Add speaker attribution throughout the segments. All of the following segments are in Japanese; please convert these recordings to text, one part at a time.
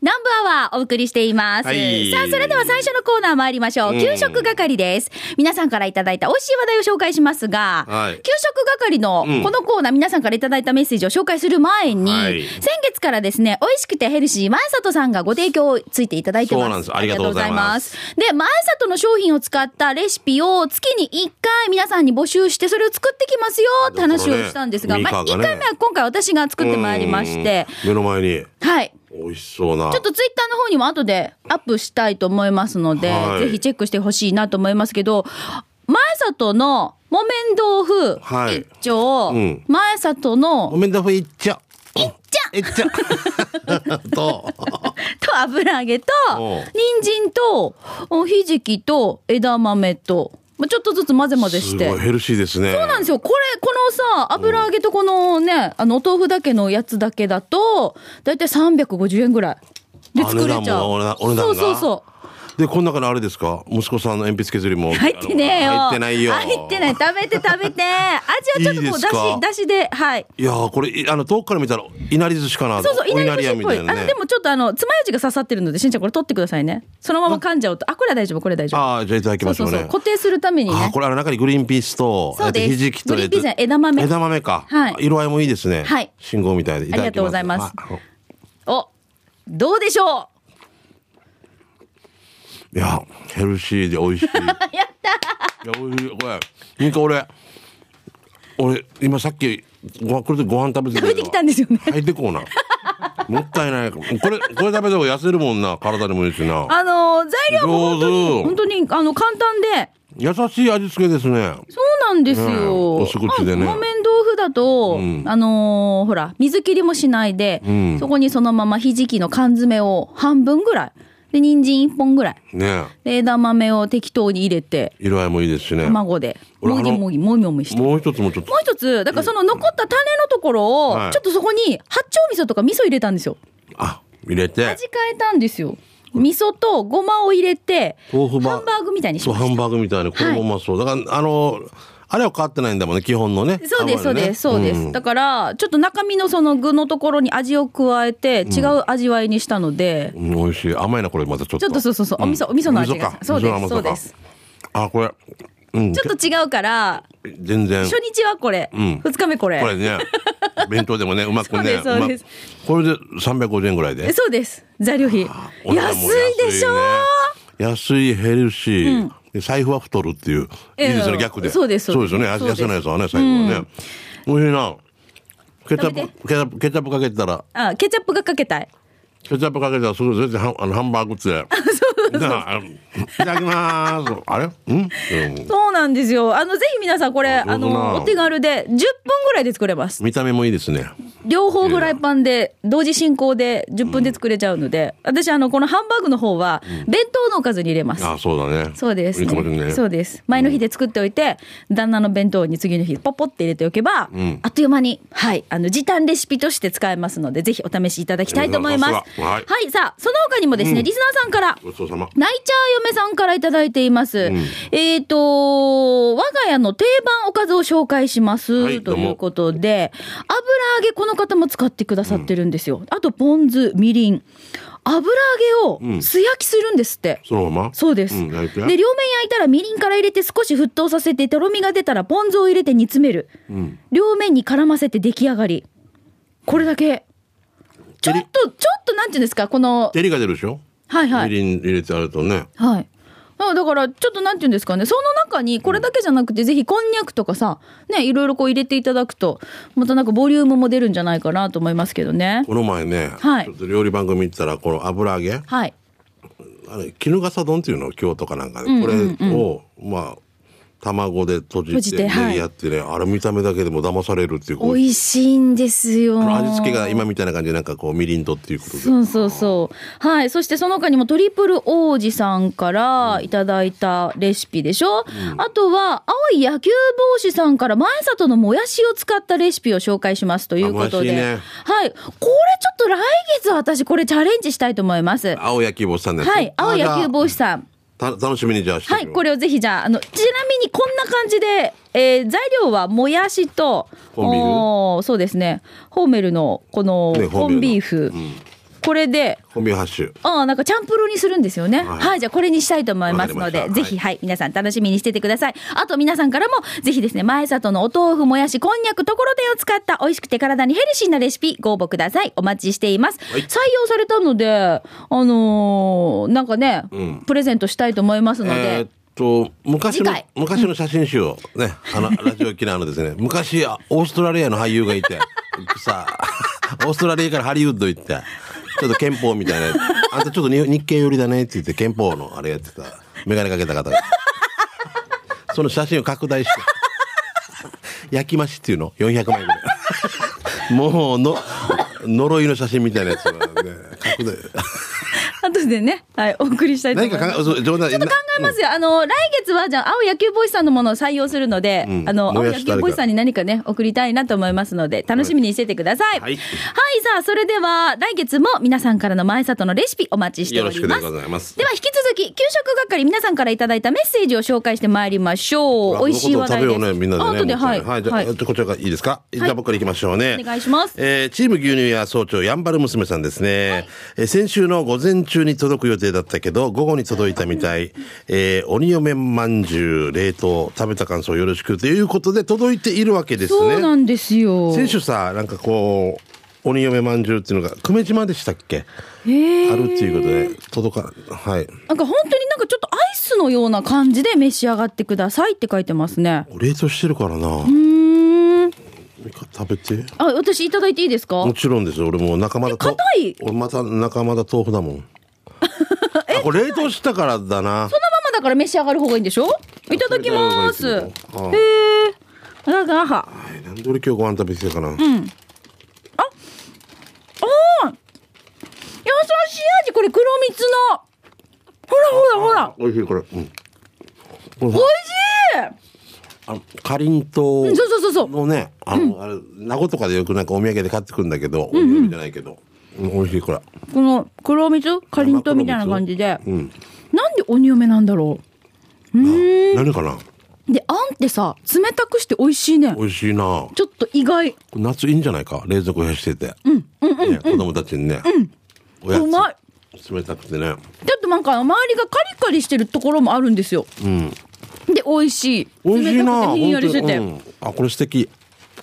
Speaker 1: アワーお送りしています。
Speaker 2: はい
Speaker 1: さあ、それでは最初のコーナー参りましょう。
Speaker 2: うん
Speaker 1: 給食係です。皆さんからいただいた美味しい話題を紹介しますが、
Speaker 2: はい
Speaker 1: 給食係の
Speaker 2: うん
Speaker 1: このコーナー、皆さんからいただいたメッセージを紹介する前に、
Speaker 2: はい
Speaker 1: 先月からですね、美味しくてヘルシー、前里さんがご提供をついていただいてます。
Speaker 2: そうなんですありがとうございま
Speaker 1: あ
Speaker 2: す
Speaker 1: りがとうございます。で、前里の商品を使ったレシピを月に1回皆さんに募集して、それを作ってきますよって話をしたんですが、
Speaker 2: だからね
Speaker 1: まあ、
Speaker 2: ミカ
Speaker 1: 1回
Speaker 2: がね
Speaker 1: 目は今回私が作ってまいりまして、
Speaker 2: うん。目の前に、
Speaker 1: はい。
Speaker 2: 美味しそうな。
Speaker 1: ちょっとツイッターの方にも後でアップしたいと思いますので、
Speaker 2: はい
Speaker 1: ぜひチェックしてほしいなと思いますけど、前里の木綿豆腐
Speaker 2: はい
Speaker 1: 一丁、
Speaker 2: うん
Speaker 1: 前里の
Speaker 2: おめんだふいっちゃ。いっ
Speaker 1: ち
Speaker 2: ゃいっち ゃと、
Speaker 1: と油揚げと
Speaker 2: おう
Speaker 1: 人参とおひじきと枝豆とまあちょっとずつ混ぜ混ぜ
Speaker 2: す
Speaker 1: し
Speaker 2: ご
Speaker 1: て
Speaker 2: い。ヘルシーですね。そう
Speaker 1: そうなんですよこれこのさ油揚げとこのねあのお豆腐だけのやつだけだとだいたい350円ぐらいで作れちゃう
Speaker 2: お値段もお値段
Speaker 1: そ
Speaker 2: が
Speaker 1: うそうそう
Speaker 2: で、この中のあれですか息子さんの鉛筆削りも。
Speaker 1: 入ってねえよ。
Speaker 2: 入ってないよ。
Speaker 1: 入ってない。。食べて 食べて。味はちょっとこ、
Speaker 2: いいうで
Speaker 1: だ
Speaker 2: すか
Speaker 1: し、だしで、はい。
Speaker 2: いやーこれ、いあの、遠くから見たら、いなり寿司かな
Speaker 1: そうそう、
Speaker 2: お
Speaker 1: 稲
Speaker 2: 稲
Speaker 1: 荷
Speaker 2: 荷
Speaker 1: 寿
Speaker 2: 屋
Speaker 1: 司っ
Speaker 2: み
Speaker 1: ぽ
Speaker 2: た
Speaker 1: い。
Speaker 2: い
Speaker 1: あ
Speaker 2: な
Speaker 1: の、
Speaker 2: ね
Speaker 1: で。もちょっとあの、爪楊枝が刺さってるので、しんちゃんこれ取ってくださいね。そのまま噛んじゃうと、あ、これは大丈夫、これ大丈夫。
Speaker 2: ああ、じゃあいただき
Speaker 1: そ
Speaker 2: ま
Speaker 1: う
Speaker 2: し
Speaker 1: そ
Speaker 2: ょう
Speaker 1: うそう。
Speaker 2: ね。
Speaker 1: 固定するために
Speaker 2: あ
Speaker 1: ね
Speaker 2: ー。これ、あの中にグリーンピースと、
Speaker 1: そうです
Speaker 2: えっとひじきと、
Speaker 1: グリーンピース
Speaker 2: えっと
Speaker 1: 枝豆
Speaker 2: 枝豆か。
Speaker 1: はい
Speaker 2: 色合いもいいですね。
Speaker 1: はい
Speaker 2: 信号みたいで。ただき
Speaker 1: ありがとうございます
Speaker 2: あの
Speaker 1: お、どうでしょ
Speaker 2: いや、ヘルシーで美味しい。やったいや、美味しい。これ、なんか俺、俺、今さっき、ごこれでご飯食べて
Speaker 1: う食べてきたんですよね。
Speaker 2: 入っ てこうな。もったいない。これ、これ食べた方が痩せるもんな。体にもいいしな。
Speaker 1: あのー、材料も本当
Speaker 2: 上
Speaker 1: に、
Speaker 2: 手
Speaker 1: 本当に、あの、簡単で。
Speaker 2: 優しい味付けですね。
Speaker 1: そうなんですよ。
Speaker 2: ねえお酢口でね
Speaker 1: あ木綿豆腐だと、
Speaker 2: ん
Speaker 1: あのーほら、水切りもしないで、
Speaker 2: ん
Speaker 1: そこにそのままひじきの缶詰を半分ぐらい。で、人参一本ぐらい。
Speaker 2: ね
Speaker 1: で、枝豆を適当に入れて、
Speaker 2: 色合いもいいですしね。も
Speaker 1: 卵で、
Speaker 2: 俺
Speaker 1: もぎ
Speaker 2: あの
Speaker 1: もぎもみもみして。も
Speaker 2: う一つもちょっと。
Speaker 1: う一つ、だからその残った種のところを、
Speaker 2: はい
Speaker 1: ちょっとそこに八丁味噌とか味噌入れたんですよ。
Speaker 2: あ、入れて。
Speaker 1: 味変えたんですよ。味噌とごまを入れて、
Speaker 2: 豆腐ば
Speaker 1: ハンバーグみたいにし
Speaker 2: そう、
Speaker 1: ま
Speaker 2: ハ
Speaker 1: し
Speaker 2: ン
Speaker 1: た。
Speaker 2: バーグみたいな。これもうまそう。だから、あの、あれは変わってないんだもんね。基本のね。
Speaker 1: そうです、そ
Speaker 2: あ
Speaker 1: うん
Speaker 2: まり
Speaker 1: で
Speaker 2: ね
Speaker 1: す、そうです。
Speaker 2: ん
Speaker 1: だから、ちょっと中身のその具のところに味を加えて、違う味わいにしたので、
Speaker 2: うん美味しい。甘いな、これ、またちょ
Speaker 1: ち
Speaker 2: っと。
Speaker 1: ょっとそうそうそう、お味噌、お味噌の味が。
Speaker 2: か
Speaker 1: そうで
Speaker 2: 味噌の甘
Speaker 1: す、
Speaker 2: さ
Speaker 1: そうで
Speaker 2: か
Speaker 1: す。
Speaker 2: あ、これ、うん、
Speaker 1: ちょっと違うから、
Speaker 2: 全然。
Speaker 1: 初日はこれ、
Speaker 2: ん
Speaker 1: 二日目これ。
Speaker 2: これね、弁当でもね、うまくね、
Speaker 1: そうです
Speaker 2: うまこれで350円ぐらい
Speaker 1: え
Speaker 2: で。
Speaker 1: そうです、材料費。
Speaker 2: お値段
Speaker 1: 安
Speaker 2: も
Speaker 1: いでしょ
Speaker 2: ね安い、ヘルシー、で財布は太るっていう。いい
Speaker 1: ええ
Speaker 2: ですね、逆で。
Speaker 1: そうです
Speaker 2: そ
Speaker 1: そうう
Speaker 2: で
Speaker 1: ですすそ
Speaker 2: よね、安
Speaker 1: うです
Speaker 2: 安いやつはね、財布はね。美味しいな。ケチャッ
Speaker 1: 食べ
Speaker 2: プ、ケチャップ、ケチャップかけてたら、
Speaker 1: あ、ケチャップがかけたい。
Speaker 2: ケチャップかけたら、すぐ全然ハンあのハンバーグって。そういただきまーす。あれんうん
Speaker 1: そうなんですよ。あの、ぜひ皆さんこれ、
Speaker 2: あ
Speaker 1: あ
Speaker 2: 上手だな
Speaker 1: の、お手軽で、10分ぐらいで作れます。
Speaker 2: 見た目もいいですね。
Speaker 1: 両方フライパンで同時進行で10分で作れちゃうので、私あのこのハンバーグの方は弁当のおかずに入れます、
Speaker 2: あ、そうだね。
Speaker 1: そうです、
Speaker 2: いいかもしれないね。
Speaker 1: そうです前の日で作っておいて、旦那の弁当に次の日ポポって入れておけば、あっという間にはいあの時短レシピとして使えますのでぜひお試しいただきたいと思います
Speaker 2: ありがとうございます
Speaker 1: はい、さあその他にもですね、リスナーさんから
Speaker 2: ごちそうさま。
Speaker 1: 泣いちゃう嫁さんからいただいています。えっ、と、我が家の定番おかずを紹介します、
Speaker 2: はい
Speaker 1: と
Speaker 2: どうも
Speaker 1: いうことで、油揚げこの方も使ってくださってるんですよ。あと、ポン酢、みりん。油揚げを素焼きするんですって。
Speaker 2: そのまま
Speaker 1: そうです、
Speaker 2: うん、
Speaker 1: で
Speaker 2: 焼いて
Speaker 1: 両面焼いたらみりんから入れて少し沸騰させてとろみが出たらポン酢を入れて煮詰める、両面に絡ませて出来上がりこれだけちょっとちょっとなんていうんですかこの
Speaker 2: 照りが出るでしょ
Speaker 1: はいはい
Speaker 2: みりん入れてあるとね。
Speaker 1: はい。あだから、ちょっとなんていうんですかね、その中に、これだけじゃなくて、ぜひこんにゃくとかさ、ね、いろいろこう入れていただくと、またなんかボリュームも出るんじゃないかなと思いますけどね。
Speaker 2: この前ね、
Speaker 1: はい
Speaker 2: ちょっと料理番組行ったら、この油揚げ、あ
Speaker 1: はい。
Speaker 2: れ、絹笠丼っていうの、京都かなんかで、これを、まあ、卵で閉じ
Speaker 1: 閉
Speaker 2: て、
Speaker 1: じてはい
Speaker 2: ネギやってね、あれ見た目だけでも騙されるっていうこ
Speaker 1: 美
Speaker 2: と。
Speaker 1: 味しいんですよ。
Speaker 2: 味付けが今みたいな感じで、なんかこう、みりんとっていうことで。
Speaker 1: そうそうそう。はい。そしてその他にもトリプル王子さんからいただいたレシピでしょ、あとは、青い野球帽子さんから前里のもやしを使ったレシピを紹介しますということで。
Speaker 2: あもやしね
Speaker 1: はい。これちょっと来月私これチャレンジしたいと思います。
Speaker 2: 青焼き帽子さんですね。
Speaker 1: はい。青野球帽子さん。
Speaker 2: た楽しみにじゃあして
Speaker 1: はい。これをぜひじゃあ、あの、ちなみにこんな感じで、えー材料はもやしと、
Speaker 2: ホンビーフ
Speaker 1: おーそうですね。ホーメルの、この
Speaker 2: ね、
Speaker 1: コ
Speaker 2: ホ
Speaker 1: ン
Speaker 2: ン
Speaker 1: ビ
Speaker 2: ビ
Speaker 1: ー
Speaker 2: ー
Speaker 1: フ。
Speaker 2: フ
Speaker 1: ここれで、
Speaker 2: コンビニハッシュ。
Speaker 1: ああ、なんかチャンプルーにするんですよね。は、
Speaker 2: はいい
Speaker 1: じゃあこれにしたいと思いますの
Speaker 2: わか
Speaker 1: で、
Speaker 2: りました
Speaker 1: ぜひ、はい、皆さん楽しみにしててください。あと皆さんからも、ぜひですね、前里のお豆腐、もやし、こんにゃく、ところてんを使った美味しくて体にヘルシーなレシピ、ご応募ください。お待ちしています。
Speaker 2: い
Speaker 1: 採用されたので、あのーなんかね、
Speaker 2: ん
Speaker 1: プレゼントしたいと思いますので、
Speaker 2: えーっと昔
Speaker 1: 次
Speaker 2: の
Speaker 1: 回
Speaker 2: 昔の写真集を ね、あのラジオ機能のですね昔あオーストラリアの俳優がいてさ オーストラリアからハリウッド行ってちょっと憲法みたいなあんたちょっとに日系寄りだねって言って憲法のあれやってた眼鏡かけた方がその写真を拡大して焼き増しっていうの400枚ぐらいもうの呪いの写真みたいなやつがね拡大
Speaker 1: 後でね、はい、お送りしたいと思
Speaker 2: 何
Speaker 1: います。
Speaker 2: か考えそう冗談ちょっ
Speaker 1: 考えますよ。あの、来月は、じゃあ、青野球ボーイスさんのものを採用するので、
Speaker 2: うん
Speaker 1: あの、青
Speaker 2: も
Speaker 1: 野
Speaker 2: やし
Speaker 1: 球ボーイスさんに何かね、送りたいなと思いますので、楽しみにしててください。は、
Speaker 2: はいい
Speaker 1: さあ、それでは、来月も皆さんからの前里のレシピお待ちして
Speaker 2: よ
Speaker 1: お
Speaker 2: ろし
Speaker 1: り
Speaker 2: く
Speaker 1: ま。
Speaker 2: ですございます
Speaker 1: では引き続き給食係皆さんからいただいたメッセージを紹介してまいりましょう。
Speaker 2: あ
Speaker 1: 美味しい話題です。
Speaker 2: このことを食べようね、みんなで
Speaker 1: あ
Speaker 2: ね。
Speaker 1: 後で
Speaker 2: もう
Speaker 1: はい。
Speaker 2: はい、じゃあ、
Speaker 1: はい
Speaker 2: えっとこちらがいいですか、じゃあ僕からいきましょうね。
Speaker 1: お願いします
Speaker 2: えーチーム牛乳や総長、やんばる娘さんですね、えー先週の午前中に届く予定だったけど、午後に届いたみ たい。えー、鬼嫁まんじゅう、冷凍、食べた感想よろしくということで届いているわけですね。
Speaker 1: そうなんですよ。
Speaker 2: 先週さ、なんかこう、鬼嫁まんじゅうっていうのが、久米島でしたっけ
Speaker 1: へー
Speaker 2: あるっていうことで、届か、はい。
Speaker 1: なんか本当になんかちょっとアイスのような感じで召し上がってくださいって書いてますね。
Speaker 2: 冷凍してるからな。
Speaker 1: うーん。
Speaker 2: 食べて。
Speaker 1: あ、私いただいていいですか
Speaker 2: もちろんですよ。俺もう仲間だと。
Speaker 1: 硬い
Speaker 2: 俺また仲間だ豆腐だ もん。あこれ冷凍したからだな
Speaker 1: そ。のままだから召し上がる方がいいんでしょいただきます。へ
Speaker 2: あ
Speaker 1: え。
Speaker 2: あ
Speaker 1: あらがは。
Speaker 2: えなんで俺今日ご飯食べてたかな。
Speaker 1: 優しい味、これ黒蜜の。ほらほらほら。
Speaker 2: 美味しいこれ。うん。これ
Speaker 1: 美味
Speaker 2: さ
Speaker 1: しい
Speaker 2: あのかりんと
Speaker 1: うんそうそうそうそう
Speaker 2: のね、あのあれ名護とかでよくなんかお土産で買ってくるんだけど、お土産じゃないけど、うん美味しいこれ。
Speaker 1: この黒蜜かりんとうみたいな感じで。
Speaker 2: うん。
Speaker 1: なんで鬼嫁なんだろううーん。
Speaker 2: 何かな。
Speaker 1: で、あんってさ、冷たくして美味しいね。
Speaker 2: 美味しいな。
Speaker 1: ちょっと意外。
Speaker 2: これ夏いいんじゃないか。冷蔵庫冷やしてて。うん。うんうん、子供たちにね。うん。おやつ
Speaker 1: うまい。
Speaker 2: 冷たくてね。
Speaker 1: ちょっとなんか周りがカリカリしてるところもあるんですよ。
Speaker 2: うん。
Speaker 1: で、美味しい。
Speaker 2: 美味しいな
Speaker 1: 冷たくてひんやりしてて。
Speaker 2: 本当にうんあこれ素敵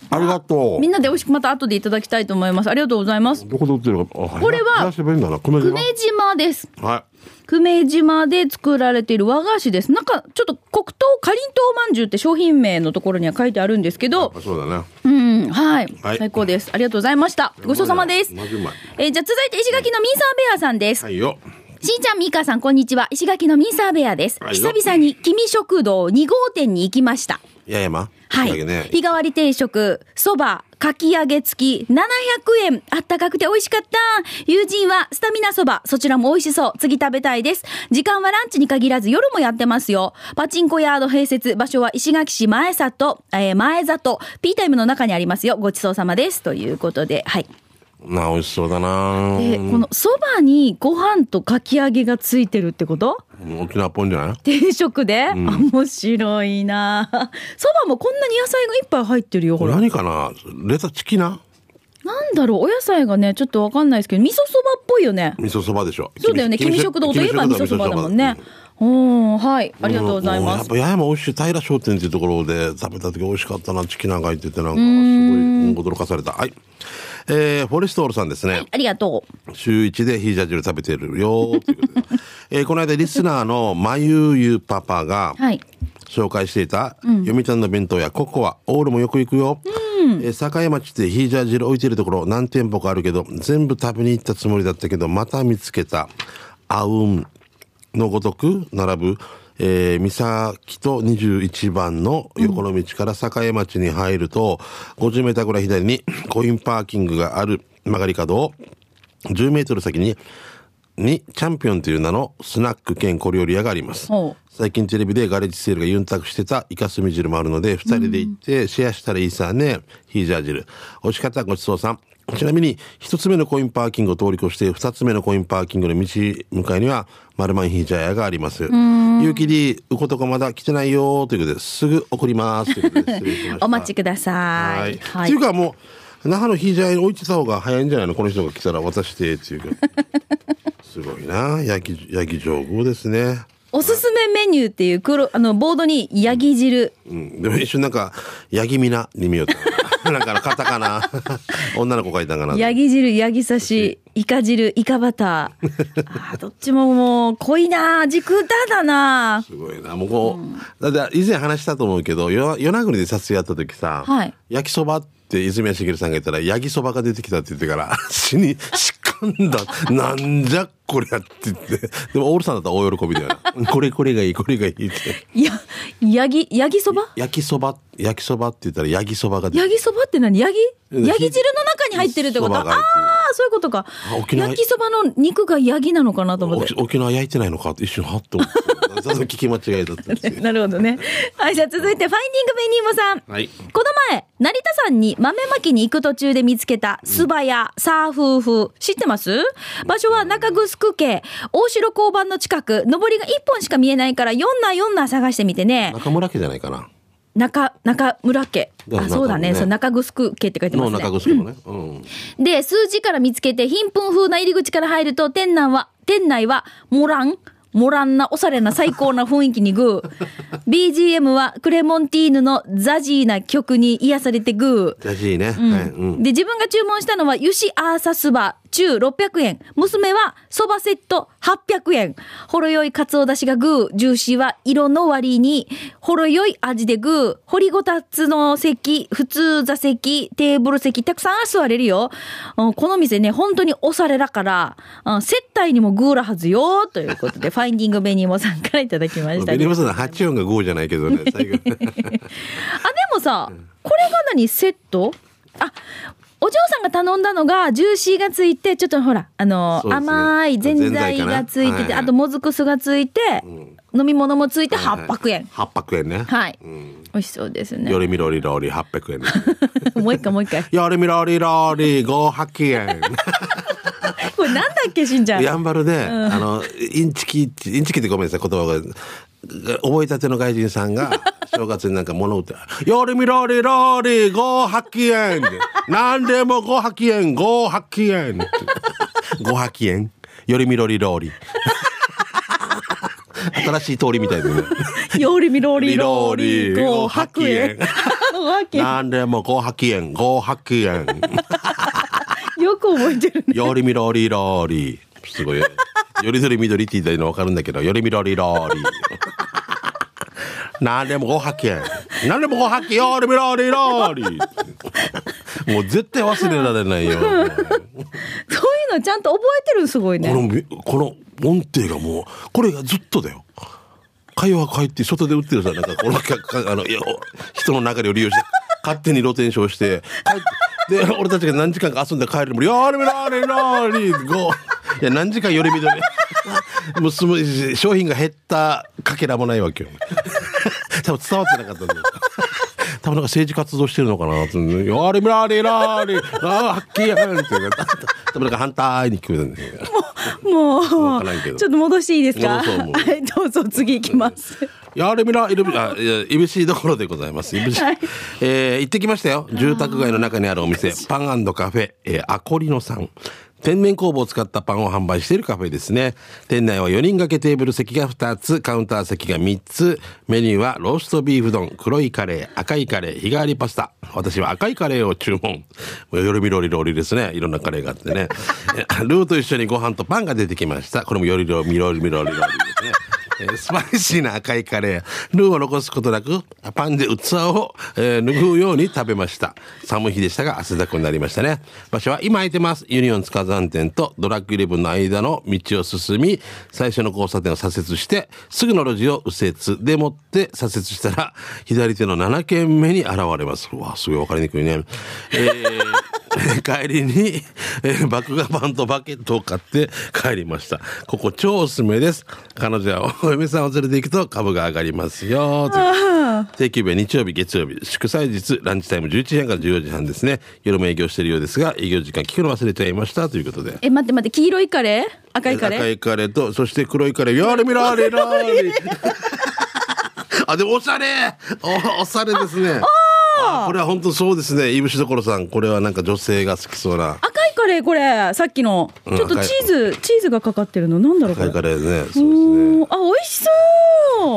Speaker 2: ありがとう
Speaker 1: みんなで美味しくまた後でいただきたいと思います。ありがとうございます。
Speaker 2: どこで売ってるのか
Speaker 1: これは
Speaker 2: 出せばいいんだな久米
Speaker 1: 久
Speaker 2: 島
Speaker 1: 米島です。
Speaker 2: は
Speaker 1: 久米島で作られている和菓子です。なんかちょっと黒糖かりんとうまんじゅうって商品名のところには書いてあるんですけど
Speaker 2: い、あそうだね
Speaker 1: うん、はい、
Speaker 2: はい
Speaker 1: 最高です。ありがとうございました。ごちそうさまです。
Speaker 2: マジうまい
Speaker 1: えーじゃあ続いて石垣のミンサーベアさんです。
Speaker 2: はいよ
Speaker 1: しんちゃん、みーかさん、こんにちは。石垣のミンサーベアです。
Speaker 2: はい
Speaker 1: 久々に君食堂2号店に行きました。
Speaker 2: 八重山
Speaker 1: はい。
Speaker 2: だけね
Speaker 1: 日替わり定食、そば、かき揚げ付き、700円。あったかくて美味しかった。友人はスタミナそば、そちらも美味しそう。次食べたいです。時間はランチに限らず夜もやってますよ。パチンコヤード併設、場所は石垣市前里、えー前里、P タイムの中にありますよ。ごちそうさまです。ということで、はい。
Speaker 2: な美味しそうだな
Speaker 1: えーこのそばにご飯とかき揚げがついてるってこと
Speaker 2: うん沖縄っぽいんじゃない
Speaker 1: 定食で、面白いなそばもこんなに野菜がいっぱい入ってるよ、ほ
Speaker 2: こ
Speaker 1: ら
Speaker 2: れ。何かなレタチキナ
Speaker 1: なんだろう、お野菜がね、ちょっとわかんないですけど、味噌そばっぽいよね。
Speaker 2: 味噌そばでしょ
Speaker 1: そうだよね、君食堂といえば味噌そばだもんね。うん、はい、あ
Speaker 2: あ
Speaker 1: りがとうございます。
Speaker 2: やっぱ八重山美味しい平商店っていうところで食べた時美味しかったなチキナが入っててなんかすごいうん驚かされたはいえーフォレストオールさんですね、
Speaker 1: ありがと
Speaker 2: 週一でヒージャー汁食べてるよーっていうことで、えーこの間リスナーのまゆゆパパが
Speaker 1: う。はい。
Speaker 2: 紹介していた、読谷の弁当やココアオールもよく行くよ、えー栄町ってヒージャー汁置いてるところ何店舗かあるけど全部食べに行ったつもりだったけどまた見つけたあうんのごとく並ぶ、えー、三崎と21番の横の道から栄町に入ると、50メーターぐらい左に コインパーキングがある曲がり角を10メートル先ににチャンピオンという名のスナック兼小料理屋があります
Speaker 1: ほう
Speaker 2: 最近テレビでガレージセールがユンタクしてたイカスミ汁もあるので2人で行ってシェアしたらいいさね、ヒージャー汁美味しかったごちそうさんちなみに1つ目のコインパーキングを通り越して2つ目のコインパーキングの道向かいにはマルマンヒージャー屋があります有機リーうことかまだ来てないよーということですぐ送りますということで失礼しました
Speaker 1: お待ちください。
Speaker 2: っていうかもう那覇のヒージャーに置いてた方が早いんじゃないのこの人が来たら渡してっていう かすごいな焼き焼き上宮ですね
Speaker 1: おすすめメニューっていう黒あのボードにヤギ汁
Speaker 2: うんでも一瞬なんか「ヤギミナ」に見ようと なんかあのカタカナ女の子がいたんかな
Speaker 1: ヤギ汁ヤギ刺しイカ汁イカバター あーどっちももう濃いな味くだだな
Speaker 2: すごいなもうこう、だって以前話したと思うけどよ与那国で撮影やった時さ、
Speaker 1: はい
Speaker 2: 焼きそばって泉谷しげるさんが言ったら「焼きそばが出てきた」って言ってから「死にしかんだなんじゃこりゃ」って言ってでもオールさんだったら大喜びだよな「 これこれがいいこれがいい」って
Speaker 1: やヤギヤギそば
Speaker 2: 焼きそば焼きそばって言ったら焼きそばが出
Speaker 1: ヤ
Speaker 2: て
Speaker 1: ギそばって何ヤギ
Speaker 2: うん
Speaker 1: ヤギ汁の中に入ってるってこと
Speaker 2: そば
Speaker 1: あ
Speaker 2: が入ってる
Speaker 1: あそういうことか
Speaker 2: あ沖縄
Speaker 1: 焼きそばの肉がヤギなのかなと思っ
Speaker 2: 沖
Speaker 1: て
Speaker 2: 沖縄焼いてないのかって一瞬はっと 思ってちょっと聞き間違いだったん です よ
Speaker 1: なるほどね。はい、じゃあ続いて、ファインディングメニーモさん。
Speaker 2: はい
Speaker 1: この前、成田山に豆まきに行く途中で見つけた、スバヤ、サーフーフ。知ってます場所は中城家、大城交番の近く、上りが1本しか見えないから、4な4な探してみてね。
Speaker 2: 中村家じゃないかな
Speaker 1: 中、中村家。
Speaker 2: だよ
Speaker 1: あ、そうだね。
Speaker 2: 中村ね
Speaker 1: そう、中城家って書いてま
Speaker 2: の
Speaker 1: すね。
Speaker 2: 中城のね、うん、
Speaker 1: で、数字から見つけて、貧困風な入り口から入ると、店内は、店内は、モラン、モランな、おしゃれな、最高な雰囲気にグー。BGM は、クレモンティーヌのザジーな曲に癒されてグー。
Speaker 2: らしいね、はい、うん、
Speaker 1: で、自分が注文したのは、ユシアーサスバ、中600円。娘は、そばセット800円。ほろ酔いかつおだしがグー。ジューシーは、色の割に、ほろ酔い味でグー。掘りごたつの席、普通座席、テーブル席、たくさん座れるよ。うんこの店ね、本当におされだから、うん接待にもグーらはずよ。ということで、ファインディングベニーモさんからいただきました、
Speaker 2: ベニマスの8音が5じゃないけ どね最後
Speaker 1: あでもさこれが何セットあお嬢さんが頼んだのがジューシーがついてちょっとほらあの、
Speaker 2: そうですね
Speaker 1: 甘いぜんざ
Speaker 2: ぜんざい
Speaker 1: い
Speaker 2: かな
Speaker 1: がついて
Speaker 2: はい
Speaker 1: て
Speaker 2: はい
Speaker 1: あともずく酢がついて、飲み物もついて800円
Speaker 2: 8 0円ね
Speaker 1: はい、
Speaker 2: ん
Speaker 1: 美味しそうですね
Speaker 2: よりみろりろり800円ね
Speaker 1: もう一回もう一回
Speaker 2: よりみろりろり500
Speaker 1: これなんだっけしんちゃ
Speaker 2: 円
Speaker 1: ん
Speaker 2: やんばるで、あのインチキってインチキってごめんなさい言葉が覚えたての外人さんが正月になんか物売って「よりみろりろり500円」で「何でも500円500円」500円よりみろりろり新しい通りみたいでね
Speaker 1: よりみろりろり
Speaker 2: りろ
Speaker 1: ご白円
Speaker 2: り ろ何でも500円500円
Speaker 1: よく覚えてるね
Speaker 2: よりみろりろり。すごい。よりどりみどりって言ったらいいの分かるんだけど、よりみろりろり。何でもご発見。何でもご発見。よりみろりろり。もう絶対忘れられないよ。
Speaker 1: そういうのちゃんと覚えてるのすごい
Speaker 2: こ
Speaker 1: ね
Speaker 2: のみ、この音程がもう、これがずっとだよ。会話帰って外で売ってるさ、なんかこのかかあのいやお人の流れを利用して、勝手に露天商して、帰ってで、俺たちが何時間か遊んで帰るのも、よりみろりろり、ご、いや、何時間よりみどり。もうすむ商品が減ったかけらもないわけよ。多分伝わってなかったんだよ。多分なんか政治活動してるのかなって。よりみろりろり、ああ、はっきりやんって言うから。多分なんか反対に聞こえたんだよ。
Speaker 1: もうち
Speaker 2: わ
Speaker 1: ょ
Speaker 2: からんけど
Speaker 1: っと戻していいですか
Speaker 2: 戻そうもう
Speaker 1: はいどうぞ次行きます
Speaker 2: やれみら、いるび、あ、いや、いびしいところでございます。いびしい。えー行ってきましたよ。住宅街の中にあるお店、パンカフェ、えーアコリノさん。天然酵母を使ったパンを販売しているカフェですね。店内は4人掛けテーブル席が2つ、カウンター席が3つ。メニューはローストビーフ丼、黒いカレー、赤いカレー、日替わりパスタ。私は赤いカレーを注文。もうよりみろりろりですね。いろんなカレーがあって ね。えルーと一緒にご飯とパンが出てきました。これもよりろみろりみろりろりですね。えースパイシーな赤いカレー、ルーを残すことなく、パンで器を、えー拭うように食べました。寒い日でしたが汗だくになりましたね。場所は今空いてます。ユニオン塚山店とドラッグイレブンの間の道を進み、最初の交差点を左折して、すぐの路地を右折でもって左折したら、左手の7軒目に現れます。うわあ、すごいわかりにくいね。えー 帰りに、えー、麦芽パンとバケットを買って帰りました。ここ超おすすめです。彼女はお嫁さんを連れて行くと株が上がりますよ。という定休日は日曜日、月曜日、祝祭日、ランチタイム11時半から14時半ですね。夜も営業しているようですが、営業時間聞くの忘れちゃいました。ということで。
Speaker 1: え、待って待って、黄色いカレー赤いカレー
Speaker 2: 赤いカレーと、そして黒いカレー。やれみられ らーあ、でもおしゃれお、おしゃれですね。あこれは本当そうですねいぶしどころさんこれはなんか女性が好きそうな
Speaker 1: 赤いカレーこれさっきのち
Speaker 2: うん
Speaker 1: ょっとチーズ、チーズがかかってるのなんだろうこ
Speaker 2: 赤
Speaker 1: れ
Speaker 2: いカレーねそうですね
Speaker 1: おーあ美味しそ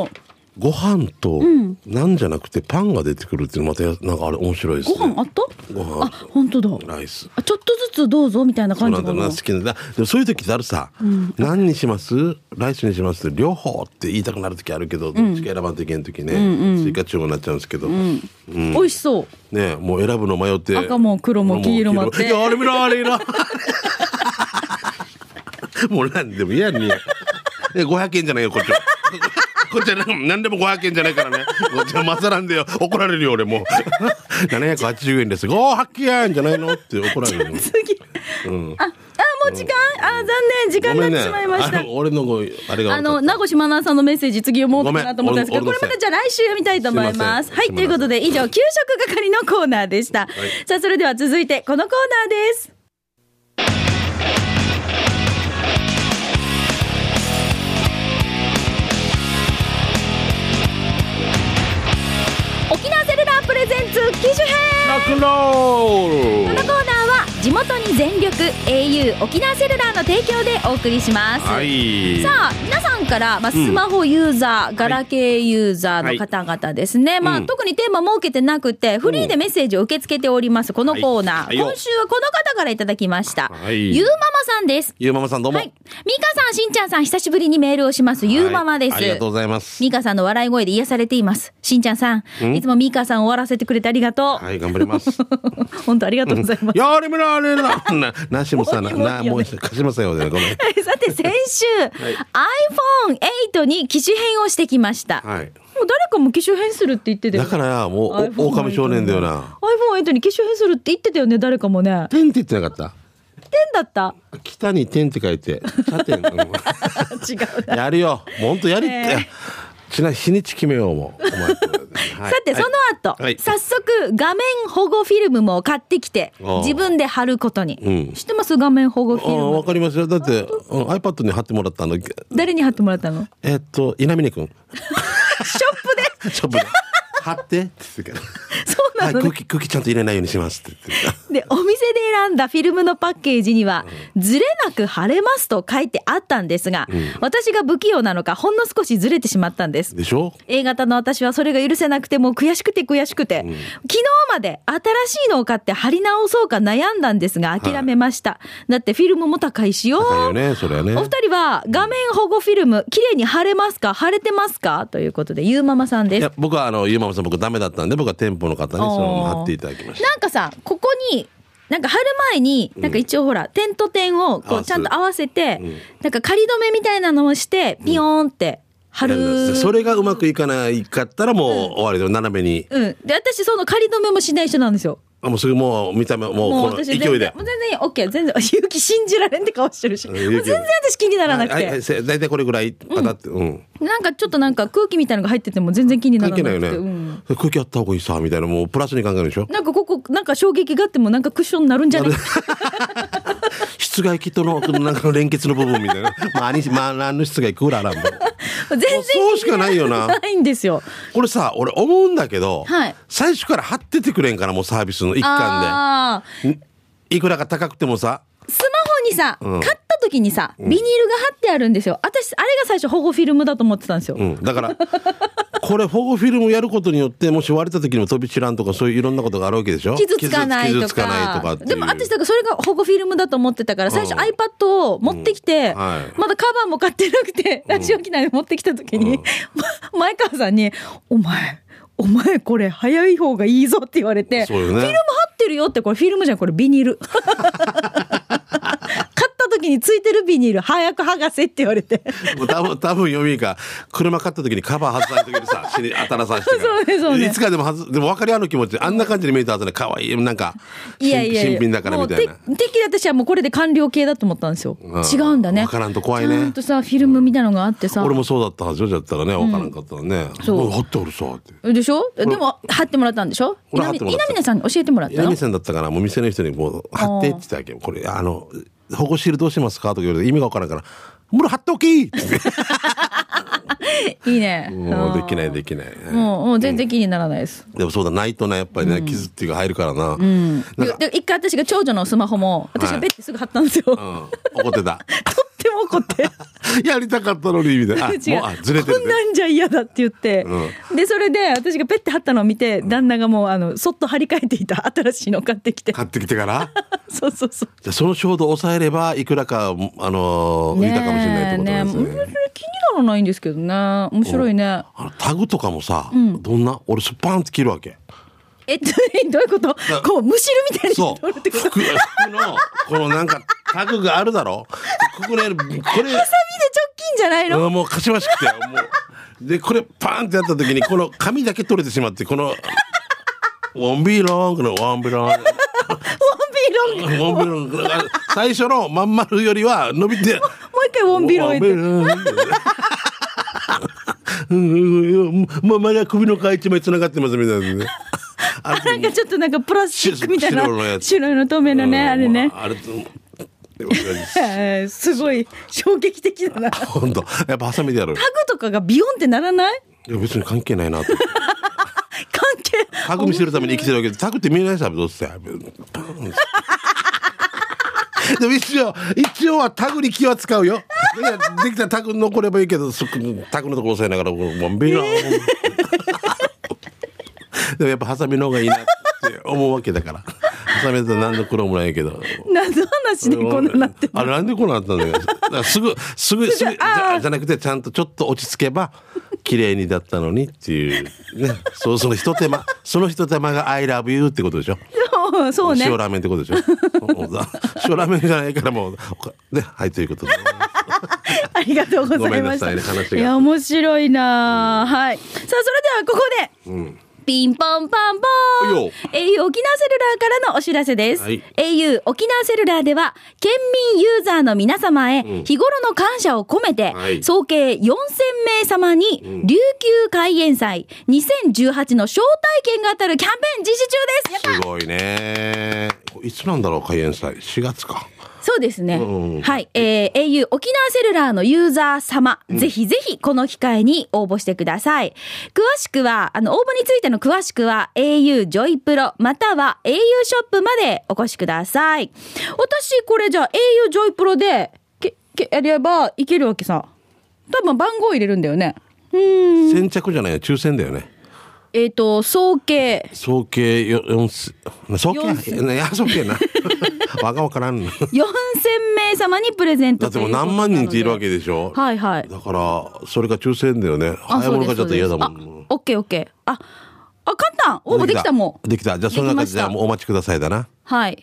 Speaker 1: う
Speaker 2: ご飯となんじゃなくてパンが出てくるっていうのまたやなんかあれ面白いですね
Speaker 1: ご飯あった
Speaker 2: ご飯
Speaker 1: あ本当だ
Speaker 2: ライス
Speaker 1: あちょっとずつどうぞみたいな
Speaker 2: そ
Speaker 1: 感
Speaker 2: うな
Speaker 1: じ
Speaker 2: んだ
Speaker 1: か
Speaker 2: ろう
Speaker 1: な
Speaker 2: な好きなだでもそういう時ってあるさ、何にしますライスにします両方って言いたくなる時あるけどどっちか選ばんといけん時ね、追加注文になっちゃうんですけど、
Speaker 1: 美味しそう
Speaker 2: ねもう選ぶの迷って
Speaker 1: 赤も黒も黄色もあって
Speaker 2: いやあれ見ろあれ見ろ もう何でも嫌にえ500円じゃないよこっちはこっちはなん何でも500円じゃないからねこっちはマサなんだよ怒られるよ俺も780円です500円じゃないのって怒られるの
Speaker 1: 次、ああもう時間あ残念時間になってしまいまし
Speaker 2: あ
Speaker 1: た
Speaker 2: の俺のごあれ
Speaker 1: あ
Speaker 2: が悪か
Speaker 1: の
Speaker 2: った
Speaker 1: 名越真奈さんのメッセージ次読もうかなと思ったんですけど
Speaker 2: ご
Speaker 1: これま
Speaker 2: めん俺俺
Speaker 1: た
Speaker 2: の
Speaker 1: じゃあ来週見たいと思います
Speaker 2: すいま
Speaker 1: は
Speaker 2: せ
Speaker 1: い
Speaker 2: ん
Speaker 1: ということで以上給食係のコーナーでした、さあそれでは続いてこのコーナーです沖縄セルラープレゼンツ機種編
Speaker 2: ロックンロ
Speaker 1: こ
Speaker 2: ー
Speaker 1: の
Speaker 2: ル
Speaker 1: コーナーは地元に全力 au 沖縄セルラーの提供でお送りします、
Speaker 2: はい
Speaker 1: さあ皆さんから、まあ、スマホユーザー、ガラケーユーザーの方々ですね、まあ
Speaker 2: うん
Speaker 1: 特にテーマ設けてなくてフリーでメッセージを受け付けておりますこのコーナー、
Speaker 2: はいはいよ
Speaker 1: 今週はこの方からいただきました、
Speaker 2: はい
Speaker 1: ゆうママさんです
Speaker 2: ゆうままさんどうも、
Speaker 1: はいみかさんしんちゃんさん久しぶりにメールをします、ゆうママです
Speaker 2: はいありがとうございます
Speaker 1: ミカさんの笑い声で癒されています。しんちゃんさん、いつもミカさんを終わらせてくれてありがとう。
Speaker 2: はい頑張ります
Speaker 1: 本当ありがとうございます。
Speaker 2: やれむらあ れらな、なしもさ、な、な、も
Speaker 1: も
Speaker 2: う
Speaker 1: う
Speaker 2: 一回貸しませんよね、ごめん。
Speaker 1: さて先週、iPhone8 に機種変をしてきました、
Speaker 2: は
Speaker 1: も
Speaker 2: い。
Speaker 1: う誰かも機種変するって言ってたよ
Speaker 2: だ
Speaker 1: ね
Speaker 2: から、もう、お
Speaker 1: iPhone
Speaker 2: 狼少年だよな。
Speaker 1: iPhone8 に機種変するって言ってたよね誰かもね
Speaker 2: 天って言ってなかっ
Speaker 1: 点だった
Speaker 2: た。北に天って書いて、茶天。 うん
Speaker 1: 違うな、
Speaker 2: やるよ。もうほんとやりっ
Speaker 1: え
Speaker 2: て。ちな、日にち決めようもう。お前は
Speaker 1: さ
Speaker 2: い
Speaker 1: てその後、
Speaker 2: はい
Speaker 1: 早速画面保護フィルムも買ってきて
Speaker 2: あー
Speaker 1: 自分で貼ることに、
Speaker 2: うん
Speaker 1: 知ってます画面保護フ
Speaker 2: ああ、
Speaker 1: ィル
Speaker 2: わ
Speaker 1: ム
Speaker 2: かりますよ。だって、うん iPad に貼ってもらったの。
Speaker 1: 誰に貼ってもらったのシ
Speaker 2: えっと、稲峰くん。
Speaker 1: ョップで
Speaker 2: ショ ップで。貼ってって言ってたから。
Speaker 1: そう
Speaker 2: は、
Speaker 1: ないのね、
Speaker 2: 空気、空気ちゃんと入れないようにしますって言ってた。
Speaker 1: でお店で選んだフィルムのパッケージには「ずれなく貼れます」と書いてあったんですが、私が不器用なのかほんの少しずれてしまったんです
Speaker 2: でしょ
Speaker 1: A 型の私はそれが許せなくてもう悔しくて悔しくて、昨日まで新しいのを買って貼り直そうか悩んだんですが諦めました、だってフィルムも高いしよ
Speaker 2: 高いよね、それはね。
Speaker 1: お二人は画面保護フィルム綺麗に貼れますか貼れてますかということでゆうママさんで
Speaker 2: い
Speaker 1: す
Speaker 2: や僕はあのゆうままさん僕ダメだったんで僕は店舗の方にそのまま貼っていただきました
Speaker 1: なんかさここになんか貼る前になんか一応ほら、点と点を
Speaker 2: 合
Speaker 1: こ
Speaker 2: わ
Speaker 1: う
Speaker 2: す
Speaker 1: ちゃんと合わせて、
Speaker 2: うん
Speaker 1: なんか仮止めみたいなのをしてピヨーンって貼る、うん、
Speaker 2: それがうまくいかないかったらもう終わりで斜めに、
Speaker 1: で私その仮止めもしない人なんですよ
Speaker 2: あもうすぐもう見た目もうこの
Speaker 1: 全
Speaker 2: 勢い
Speaker 1: 然
Speaker 2: で
Speaker 1: もう全然 OK 全然 勇気信じられんって顔してるし
Speaker 2: う
Speaker 1: も
Speaker 2: ん
Speaker 1: う
Speaker 2: 勇気
Speaker 1: 全然私気にならなくて、
Speaker 2: はいはいせ大体これぐらいパタって、うん
Speaker 1: なんかちょっとなんか空気みたいのが入ってても全然気にな
Speaker 2: 関
Speaker 1: らな
Speaker 2: 係
Speaker 1: く
Speaker 2: な
Speaker 1: て
Speaker 2: いよね、
Speaker 1: うん
Speaker 2: 空気あった方がいいさみたいなもうプラスに考えるでしょ
Speaker 1: なんかここなんか衝撃があってもなんかクッションになるんじゃない
Speaker 2: 室外機とのなんかの連結の部分みたいな まああにまあ何の室外クーラ ーなんだ
Speaker 1: 全然
Speaker 2: そうしかないよな
Speaker 1: ないんですよ
Speaker 2: これさ俺思うんだけど、
Speaker 1: はい
Speaker 2: 最初から貼っててくれんからもうサービスの一環
Speaker 1: ああ
Speaker 2: でいくらか高くてもさ
Speaker 1: スマホにさ、
Speaker 2: うん
Speaker 1: 買った時にさ、ビニールが貼ってあるんですよ。私、あれが最初、保護フィルムだと思ってたんですよ。
Speaker 2: うん、だからこれ保護フィルムやることによってもし割れた時にも飛び散らんとかそういういろんなことがあるわけでしょ
Speaker 1: 傷つかないとか。
Speaker 2: 傷つかないとかっていう
Speaker 1: でも私、だからそれが保護フィルムだと思ってたから、最初 iPad を持ってきて、
Speaker 2: うんはい
Speaker 1: まだカバーも買ってなくて、ラジオ機内で持ってきた時に、ま 前川さんに、お前、お前これ早い方がいいぞって言われて、
Speaker 2: そうよね
Speaker 1: フィルム貼ってるよって、これフィルムじゃん、これビニール。 買った時についてるビニール、早く剥がせって言われて。
Speaker 2: もう多分多分読みが車買った時にカバー外された時にさ死に 当たらさせてから
Speaker 1: そうねそうね
Speaker 2: いつかでもはずでも分かり合う気持ちあんな感じに見えた後で可愛いなんか
Speaker 1: いやいやいや
Speaker 2: 新品だからみたいな
Speaker 1: もうててっきり私はもうこれで完了形だと思ったんですよ、
Speaker 2: うん
Speaker 1: 違うんだね
Speaker 2: わからんと怖いね
Speaker 1: ちゃんとさフィルムみたいなのがあってさ、
Speaker 2: 俺もそうだったはずよじゃったらね分からんかったらね、
Speaker 1: そう
Speaker 2: もう貼っておるさって
Speaker 1: でしょでも貼ってもらったんでしょ
Speaker 2: 俺
Speaker 1: 稲
Speaker 2: 貼ってもらった
Speaker 1: 峰さんに教えてもらった
Speaker 2: 稲
Speaker 1: の
Speaker 2: 見さんだったからもう店の人にもう貼ってって言ってたわけよこれあの保護シールどうしますかとか言われて意味が分からんから「もう貼っておき!」って
Speaker 1: いいね。。
Speaker 2: もうできないいできない。
Speaker 1: もう、もう全然気にならないです。
Speaker 2: でもそうだ、ないとね、やっぱりね、傷っていうか入るからな。
Speaker 1: うん。で、で一回私が長女のスマホも、私がペッてすぐ貼ったんですよ。
Speaker 2: う
Speaker 1: とっ
Speaker 2: ん怒っ てた。
Speaker 1: ても怒って。
Speaker 2: やりたかったのに、みたい な。あ、
Speaker 1: 違う
Speaker 2: もう、あ、ずれてる
Speaker 1: こん
Speaker 2: ね。
Speaker 1: なんじゃ嫌だって言って、でそれで私がペッて貼ったのを見て旦那がもうあのそっと貼り替えていた新しいのを買ってきて
Speaker 2: 買ってきてから。
Speaker 1: そうそうそう
Speaker 2: じゃあその衝動を抑えれば、いくらか、あのー、浮いたかもしれないってことなんです
Speaker 1: え
Speaker 2: ね。
Speaker 1: ねえうん気にならないんですけどね面白いね
Speaker 2: あのタグとかもさ、どんな俺スパンって切るわけ。
Speaker 1: えっとどういうことこうむしるみたいに
Speaker 2: そ
Speaker 1: 取
Speaker 2: う。
Speaker 1: るって
Speaker 2: 服
Speaker 1: こと
Speaker 2: 服の、このなんか、タグがあるだろここね、これ、
Speaker 1: 紙で直近じゃないの
Speaker 2: うんもうかしましくて、もう。で、これパーンってやった時に、この紙だけ取れてしまって、この、ウォンビーロングのウォンビーロング。
Speaker 1: ワンビーロン
Speaker 2: ウォンビーロング。あ最初のまん丸よりは伸び
Speaker 1: も
Speaker 2: て、
Speaker 1: う一回ワンビーロンって
Speaker 2: ンうん、ままだ首の皮一枚つながってますみたいなね。あれ
Speaker 1: なんかちょっとなんかプラスチックみたいな
Speaker 2: 白のやつ
Speaker 1: 白いの透明のねあれね
Speaker 2: まああれと同じです
Speaker 1: えーすごい衝撃的だなタグ
Speaker 2: 本当やっぱハサミでやる。
Speaker 1: とかがビヨンってならない
Speaker 2: いや別に関係ないなと。
Speaker 1: 関係
Speaker 2: タグ見せるために生きてるわけで、タグって見えないさ、どうせ。パーンでも一応、一応はタグに気は使うよ。いやできたらタグ残ればいいけど、そタグのとこ押さえながら、もうビローン。でもやっぱハサミの方がいいなって思うわけだから。ハサミだと何の苦労もないけど。
Speaker 1: 謎話でこんななってる
Speaker 2: あれなんでこうなったんだよ。だからすぐ、すぐ、すぐ、じゃじゃなくて、ちゃんとちょっと落ち着けば、綺麗にだったのにっていう。ね。そう、その一手間、その一手間が I love you ってことでしょ。
Speaker 1: そうそうね
Speaker 2: 塩ラーメンってことでしょ。うん塩ラーメンじゃないからもう、ね、はい、ということで。
Speaker 1: ありがとうございまし
Speaker 2: ごめんなさいね話
Speaker 1: た
Speaker 2: が
Speaker 1: いや面白いなあはいさあそれではここで、ピンポンパンポーン
Speaker 2: おいよ
Speaker 1: au 沖縄セルラーからのお知らせです、
Speaker 2: はい
Speaker 1: au 沖縄セルラーでは県民ユーザーの皆様へ日頃の感謝を込めて、
Speaker 2: はい
Speaker 1: 総計4000名様に琉球開園祭2018の招待券が当たるキャンペーン実施中です
Speaker 2: すごいね。いつなんだろう、開演祭。4月か。
Speaker 1: そうですね。
Speaker 2: うん
Speaker 1: はい。えー、au 沖縄セルラーのユーザー様、ぜひぜひこの機会に応募してください。詳しくは、あの、応募についての詳しくは、au ジョイプロ、または au ショップまでお越しください。私、これじゃあ au ジョイプロで、け、け、やればいけるわけさ。多分番号入れるんだよね。
Speaker 2: 先着じゃないよ、抽選だよね。
Speaker 1: えっ、と、総計
Speaker 2: 総計よ四す総計
Speaker 1: 四
Speaker 2: いや、総 計な。わがわからんな。
Speaker 1: 4000名様にプレゼン
Speaker 2: だ
Speaker 1: ト
Speaker 2: ってもう何万人っているわけ
Speaker 1: で。
Speaker 2: でしょ。
Speaker 1: はいはい。
Speaker 2: だから、それが抽選だよね。
Speaker 1: あ、
Speaker 2: 早い
Speaker 1: そう
Speaker 2: もの
Speaker 1: です
Speaker 2: がちょっと嫌だもん。
Speaker 1: そうですあオッケーオッケー。あ、あ、簡単。応募できたもん。
Speaker 2: できた。じゃあ、そ
Speaker 1: でき
Speaker 2: の中
Speaker 1: ま
Speaker 2: で、
Speaker 1: した
Speaker 2: じゃあ、もうお待ちくださいだな。
Speaker 1: はい。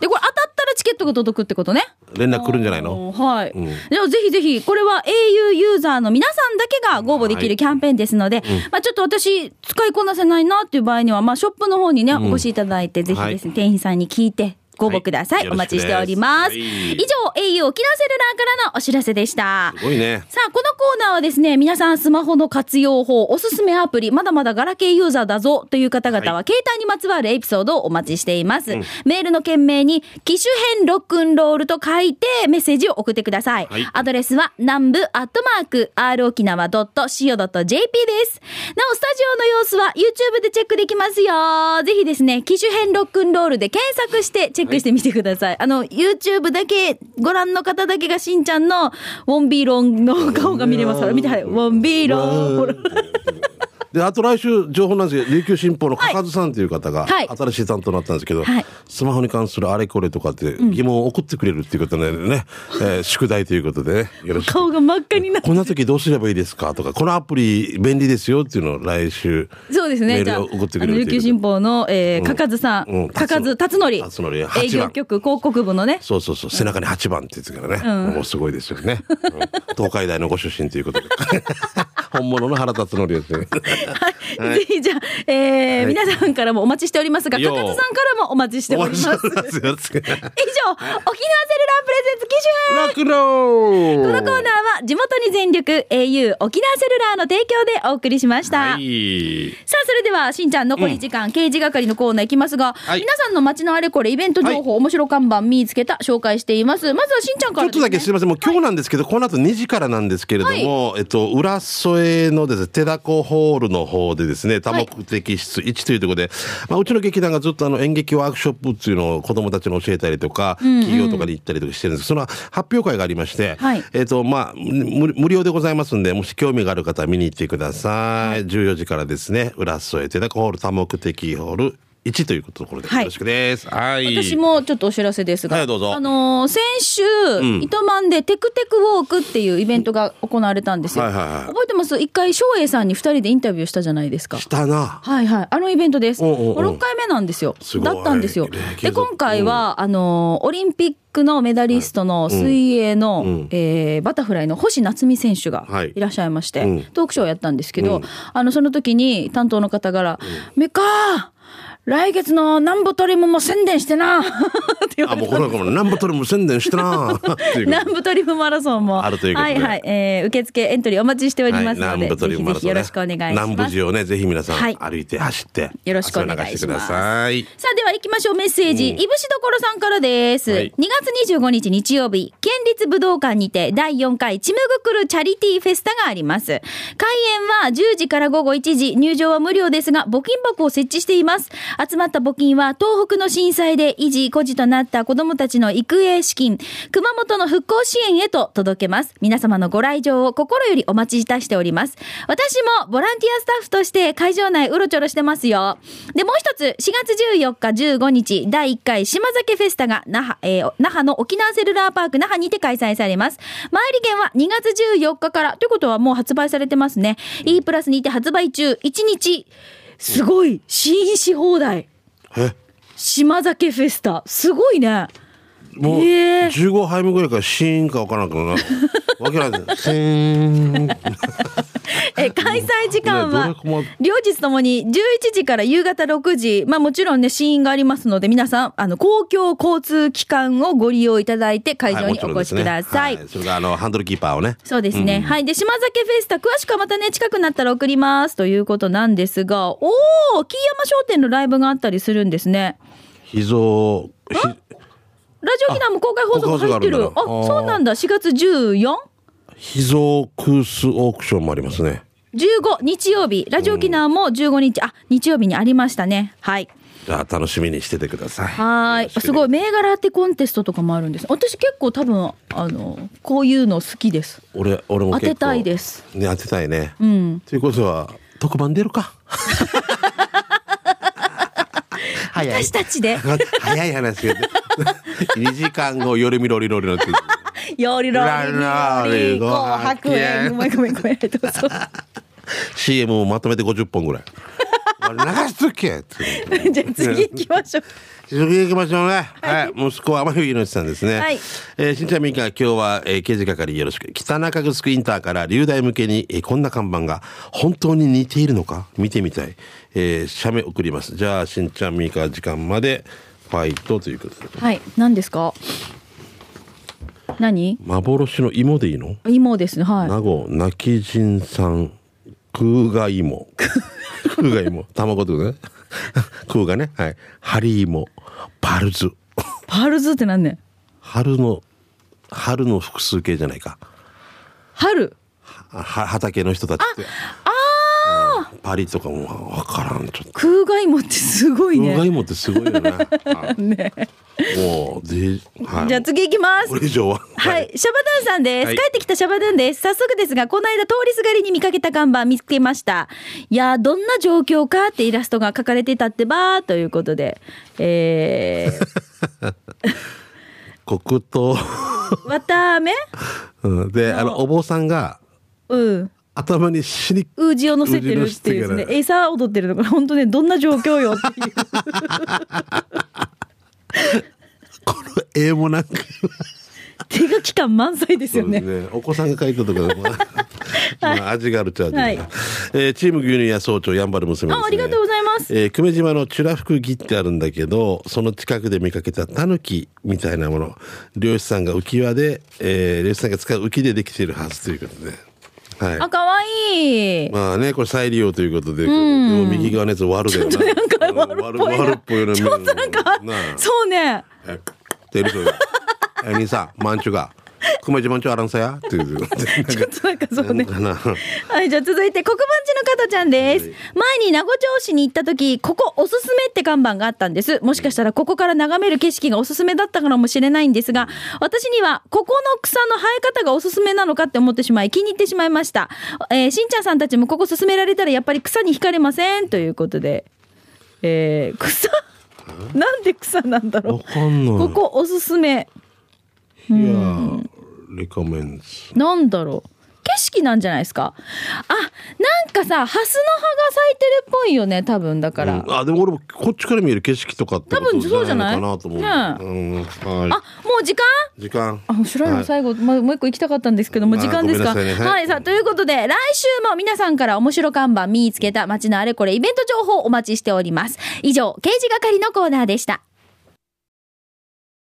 Speaker 1: で、これ当たったらチケットが届くってことね。
Speaker 2: 連絡来るんじゃないの
Speaker 1: おーはい。ではぜひぜひ、これは au ユーザーの皆さんだけがご応募でき
Speaker 2: は
Speaker 1: るキャンペーンですので、まあちょっと私、使いこなせないなっていう場合には、まあショップの方にね、お越しいただいて、ぜひですね、店員さんに聞いて、ご応募ください。
Speaker 2: はい
Speaker 1: お待ちしております。
Speaker 2: よろし
Speaker 1: 以
Speaker 2: くで
Speaker 1: 上、au 沖縄セルラーからのお知らせでした。
Speaker 2: すごいね。
Speaker 1: さあ、このコーナーはですね、皆さんスマホの活用法、おすすめアプリ、まだまだガラケーユーザーだぞという方々は、
Speaker 2: は
Speaker 1: 携帯にまつわるエピソードをお待ちしています。メールの件名に、機種編ロックンロールと書いてメッセージを送ってください。
Speaker 2: はい
Speaker 1: アドレスは、南部アットマーク、r 沖縄 .co.jp です。なお、スタジオの様子は YouTube でチェックできますよ。ぜひですね、機種編ロックンロールで検索してチェックしてみてください。あの、YouTube だけ、ご覧の方だけがしんちゃんの、ウォンビーロンの顔が見れますから、見て、はい、ウォンビーロン。ほら
Speaker 2: で、あと来週、情報なんですけど、琉球新報のかかずさんという方が、
Speaker 1: はい
Speaker 2: 新しい担当になったんですけど、
Speaker 1: はい
Speaker 2: スマホに関するあれこれとかって疑問を送ってくれるっていうことなん でね、えー宿題ということでね、よろしく。
Speaker 1: 顔が真っ赤になって。
Speaker 2: こんな時どうすればいいですかとか、このアプリ便利ですよっていうのを来週。
Speaker 1: そうです
Speaker 2: メ
Speaker 1: ね。
Speaker 2: ー
Speaker 1: じゃあ、
Speaker 2: ル
Speaker 1: あ
Speaker 2: を
Speaker 1: の
Speaker 2: 送ってくれる
Speaker 1: 琉球新報の、えー、かかずさ、
Speaker 2: うんん
Speaker 1: かかず辰徳、
Speaker 2: 辰徳八番
Speaker 1: 営業局広告部のね、
Speaker 2: そうそうそう、背中に8番って言ってたからね、もうすごい ですよね、うん東海大のご出身ということで本物の原辰徳ですね
Speaker 1: はい、ぜひじゃあ、えー
Speaker 2: はい
Speaker 1: 皆さんからもお待ちしておりますが、
Speaker 2: よ
Speaker 1: 高
Speaker 2: う
Speaker 1: 津さんからもお待ちしております。以 上、沖縄セルラープレゼンツ機種編
Speaker 2: ラクロ
Speaker 1: このコーナーは地元に全力 au 沖縄セルラーの提供でお送りしました。
Speaker 2: はい。
Speaker 1: さあ、それでは、しんちゃん、残り時間、刑事係のコーナーいきますが、
Speaker 2: はい
Speaker 1: 皆さんの街のあれこれ、イベント情報、面白看板見つけた、紹介しています。まずはしんちゃんか
Speaker 2: ち
Speaker 1: ら
Speaker 2: ょっ
Speaker 1: です、
Speaker 2: とだけすみません、もう今日なんですけど、この後2時からなんですけれども、えっと、浦添のですね、手だこホールの方でですね、多目的室1というところで、まあ、うちの劇団がずっとあの演劇ワークショップっていうのを子供たちに教えたりとか、企業とかに行ったりとかしてるんですけど、その発表会がありまして、
Speaker 1: はい
Speaker 2: えっと、まあ、無無料でございますんで、もし興味がある方は見に行ってください。14時からですね、浦添手だこホール多目的ホール1というところでよろしくです。はい。
Speaker 1: 私もちょっとお知らせですが、
Speaker 2: はいどうぞ
Speaker 1: あのー先週、糸満でテクテクウォークっていうイベントが行われたんですよ。
Speaker 2: はいはいはい
Speaker 1: 覚えてます一回、照英さんに二人でインタビューしたじゃないですか。
Speaker 2: したな。
Speaker 1: はいはい、あのイベントです。
Speaker 2: おうおうおう
Speaker 1: もう6回目なんですよ。
Speaker 2: すごい
Speaker 1: だったんですよ
Speaker 2: ね。継
Speaker 1: で、
Speaker 2: 続
Speaker 1: 今回は、あのー、オリンピックのメダリストの水泳の、えーバタフライの星夏美選手が
Speaker 2: はい
Speaker 1: いらっしゃいまして、
Speaker 2: うん
Speaker 1: トークショーをやったんですけど、あの、その時に担当の方から、メカー来月のなんぼとりもも宣伝してなって言わ
Speaker 2: あ、
Speaker 1: れ
Speaker 2: もう
Speaker 1: た
Speaker 2: こ
Speaker 1: ん
Speaker 2: の
Speaker 1: で
Speaker 2: 子もナンバトルも宣伝してなっ ていう
Speaker 1: 南部トリュフマラソンも
Speaker 2: あるということ
Speaker 1: は
Speaker 2: で
Speaker 1: いはい、えー受付エントリーお待ちしておりますので、ぜひぜひよろしくお願いします。
Speaker 2: 南部寺をね、ぜひ皆さん
Speaker 1: はい
Speaker 2: 歩いて走って、
Speaker 1: よろしくお願いします
Speaker 2: 汗を流てください。
Speaker 1: さあでは行きましょうメッセージ、いぶしどころさんからです、
Speaker 2: はい
Speaker 1: 2月25日日曜日県立武道館にて第4回ちむぐくるチャリティーフェスタがあります開演は10時から午後1時入場は無料ですが募金箱を設置しています集まった募金は東北の震災で維持孤児となった子どもたちの育英資金熊本の復興支援へと届けます皆様のご来場を心よりお待ちいたしております私もボランティアスタッフとして会場内うろちょろしてますよでもう一つ4月14日15日第1回島酒フェスタが那覇,、えー那覇の沖縄セルラーパーク那覇にて開催されます前売り券は2月14日からということはもう発売されてますね E プラスにて発売中1日すごい試飲し放題
Speaker 2: え、
Speaker 1: 島酒フェスタすごいね
Speaker 2: もう
Speaker 1: えー
Speaker 2: 15杯目ぐらいからシーンかわからんけ どな。わけないです。シーン。
Speaker 1: え開催時間
Speaker 2: ね
Speaker 1: は
Speaker 2: どれも
Speaker 1: 両日ともに11時から夕方6時、まあ、もちろんね死因がありますので皆さんあの公共交通機関をご利用いただいて会
Speaker 2: はい
Speaker 1: 場
Speaker 2: も
Speaker 1: に
Speaker 2: ちろん
Speaker 1: お
Speaker 2: で
Speaker 1: 越し
Speaker 2: すね
Speaker 1: ください。
Speaker 2: はそれからあの、ハンドルキーパーをね。
Speaker 1: そうですね。はい。で、島酒フェスタ、詳しくはまたね、近くなったら送ります。ということなんですが、おー、木山商店のライブがあったりするんですね。
Speaker 2: 膝を、ひ
Speaker 1: ラジオ避難も公開放送も入ってる。あ
Speaker 2: あ公開放送があるんだなあー
Speaker 1: そうなんだ。4月 14?15
Speaker 2: 膝を空数オークションもありますね。
Speaker 1: 日曜日。ラジオ沖縄も15日、あ、日曜日にありましたね。はい。
Speaker 2: じゃあ楽しみにしててください。
Speaker 1: はーい。すごい。銘柄当てコンテストとかもあるんです。私結構多分、あの、こういうの好きです。
Speaker 2: 俺、俺も
Speaker 1: 当
Speaker 2: 結構
Speaker 1: てたいです。
Speaker 2: ね、当てたいね。
Speaker 1: うん。
Speaker 2: ということは、特番出 るか。早
Speaker 1: 私たち で、
Speaker 2: 早い話がね。2時間後、夜みろりろりろ って。
Speaker 1: よりろり
Speaker 2: ララ
Speaker 1: ろ
Speaker 2: リ
Speaker 1: り、紅白へ、
Speaker 2: ご
Speaker 1: ごめんごめんごめん、どう ぞ。
Speaker 2: CM をまとめて50本ぐら い。流しとけって。
Speaker 1: じゃあ次行きましょう。
Speaker 2: 次行きましょうね。はい。息子は天海猪さんですね。
Speaker 1: はい
Speaker 2: えー、しんちゃんみーかん、今日は、えー、刑事係よろしく。北中城インターから流大向けに、えーこんな看板が本当に似ているのか見てみたい。えー、写メ送ります。じゃあ、しんちゃんみーかん時間まで、ファイトということで。
Speaker 1: はい、何ですか何
Speaker 2: 幻の芋でいいの
Speaker 1: 芋ですね、は
Speaker 2: 名護泣き人さん空が芋空が芋卵ってことね 空がねはい針芋パルズ
Speaker 1: い。パールズってなんねん
Speaker 2: 春の春の複数形じゃないか
Speaker 1: 春
Speaker 2: は畑の人たちってああパリとかもわからんちょっと
Speaker 1: 空が芋ってすごい
Speaker 2: 空が
Speaker 1: ね。
Speaker 2: 芋ってすごいよねは い
Speaker 1: ね
Speaker 2: もうで、はい、
Speaker 1: じゃあ次行きます
Speaker 2: こ。れ以上は
Speaker 1: はい、シャバドゥンさんです、
Speaker 2: はい
Speaker 1: 帰ってきたシャバドゥンです。早速ですが、この間通りすがりに見かけた看板見つけました。いやー、どんな状況かってイラストが書かれてたってばーということで、えー、
Speaker 2: 黒糖
Speaker 1: わたあめ
Speaker 2: うんであのお坊さんが
Speaker 1: うん。
Speaker 2: 頭に死に
Speaker 1: ウージを乗せてるっていう
Speaker 2: ウージ乗せ
Speaker 1: で
Speaker 2: て
Speaker 1: す
Speaker 2: から
Speaker 1: ね。エサ踊ってるのが本当ね、どんな状況よっていう。
Speaker 2: この絵もなんか
Speaker 1: 手書き感満載ですよね。
Speaker 2: そうですねお子さんが書いたとかでもまあ、味があるっちゃうけどな
Speaker 1: はい
Speaker 2: えーチーム牛乳屋総長やんばる娘です、ね、
Speaker 1: あありがとうございます
Speaker 2: えー久米島のチュラフクギってあるんだけどその近くで見かけたタヌキみたいなもの漁師さんが浮き輪で、えー漁師さんが使う浮きでできているはずということではい
Speaker 1: あ可愛い
Speaker 2: まあねこれ再利用ということで、でも右側のやつ割るだよな
Speaker 1: なんか悪っぽいな
Speaker 2: 割るっぽいな
Speaker 1: ちょっとなんか
Speaker 2: なあ
Speaker 1: そうね
Speaker 2: え出るそうだえ兄さんマンチュが熊地マンチュアランサやっていう
Speaker 1: ちょっとなんかそうね
Speaker 2: なんか な
Speaker 1: はい、じゃあ続いて黒板地の方ちゃんです。前に名護町市に行った時、ここおすすめって看板があったんです。もしかしたらここから眺める景色がおすすめだったかもしれないんですが、私にはここの草の生え方がおすすめなのかって思ってしまい、気に入ってしまいました。えーしんちゃんさんたちもここ勧められたらやっぱり草に惹かれませんということで。えー草なんで草なんだろ
Speaker 2: わ
Speaker 1: う。
Speaker 2: かんない
Speaker 1: ここおすすめ。
Speaker 2: いやーレコメンズ
Speaker 1: なんだろう景色なんじゃないですかあなんかさハスの葉が咲いてるっぽいよね多分だから、
Speaker 2: うんあでも俺もこっちから見える景色とかってこと
Speaker 1: 多分そうじゃない
Speaker 2: のかなと思う、うんはい
Speaker 1: あもう時間
Speaker 2: 時間
Speaker 1: あ白い
Speaker 2: は
Speaker 1: の
Speaker 2: い
Speaker 1: 最後、まもう一個行きたかったんですけども
Speaker 2: あー
Speaker 1: 時間ですか、
Speaker 2: ごめんなさいね
Speaker 1: は
Speaker 2: はい
Speaker 1: い、さあということで来週も皆さんから面白看板見つけた街のあれこれイベント情報お待ちしております以上刑事係のコーナーでした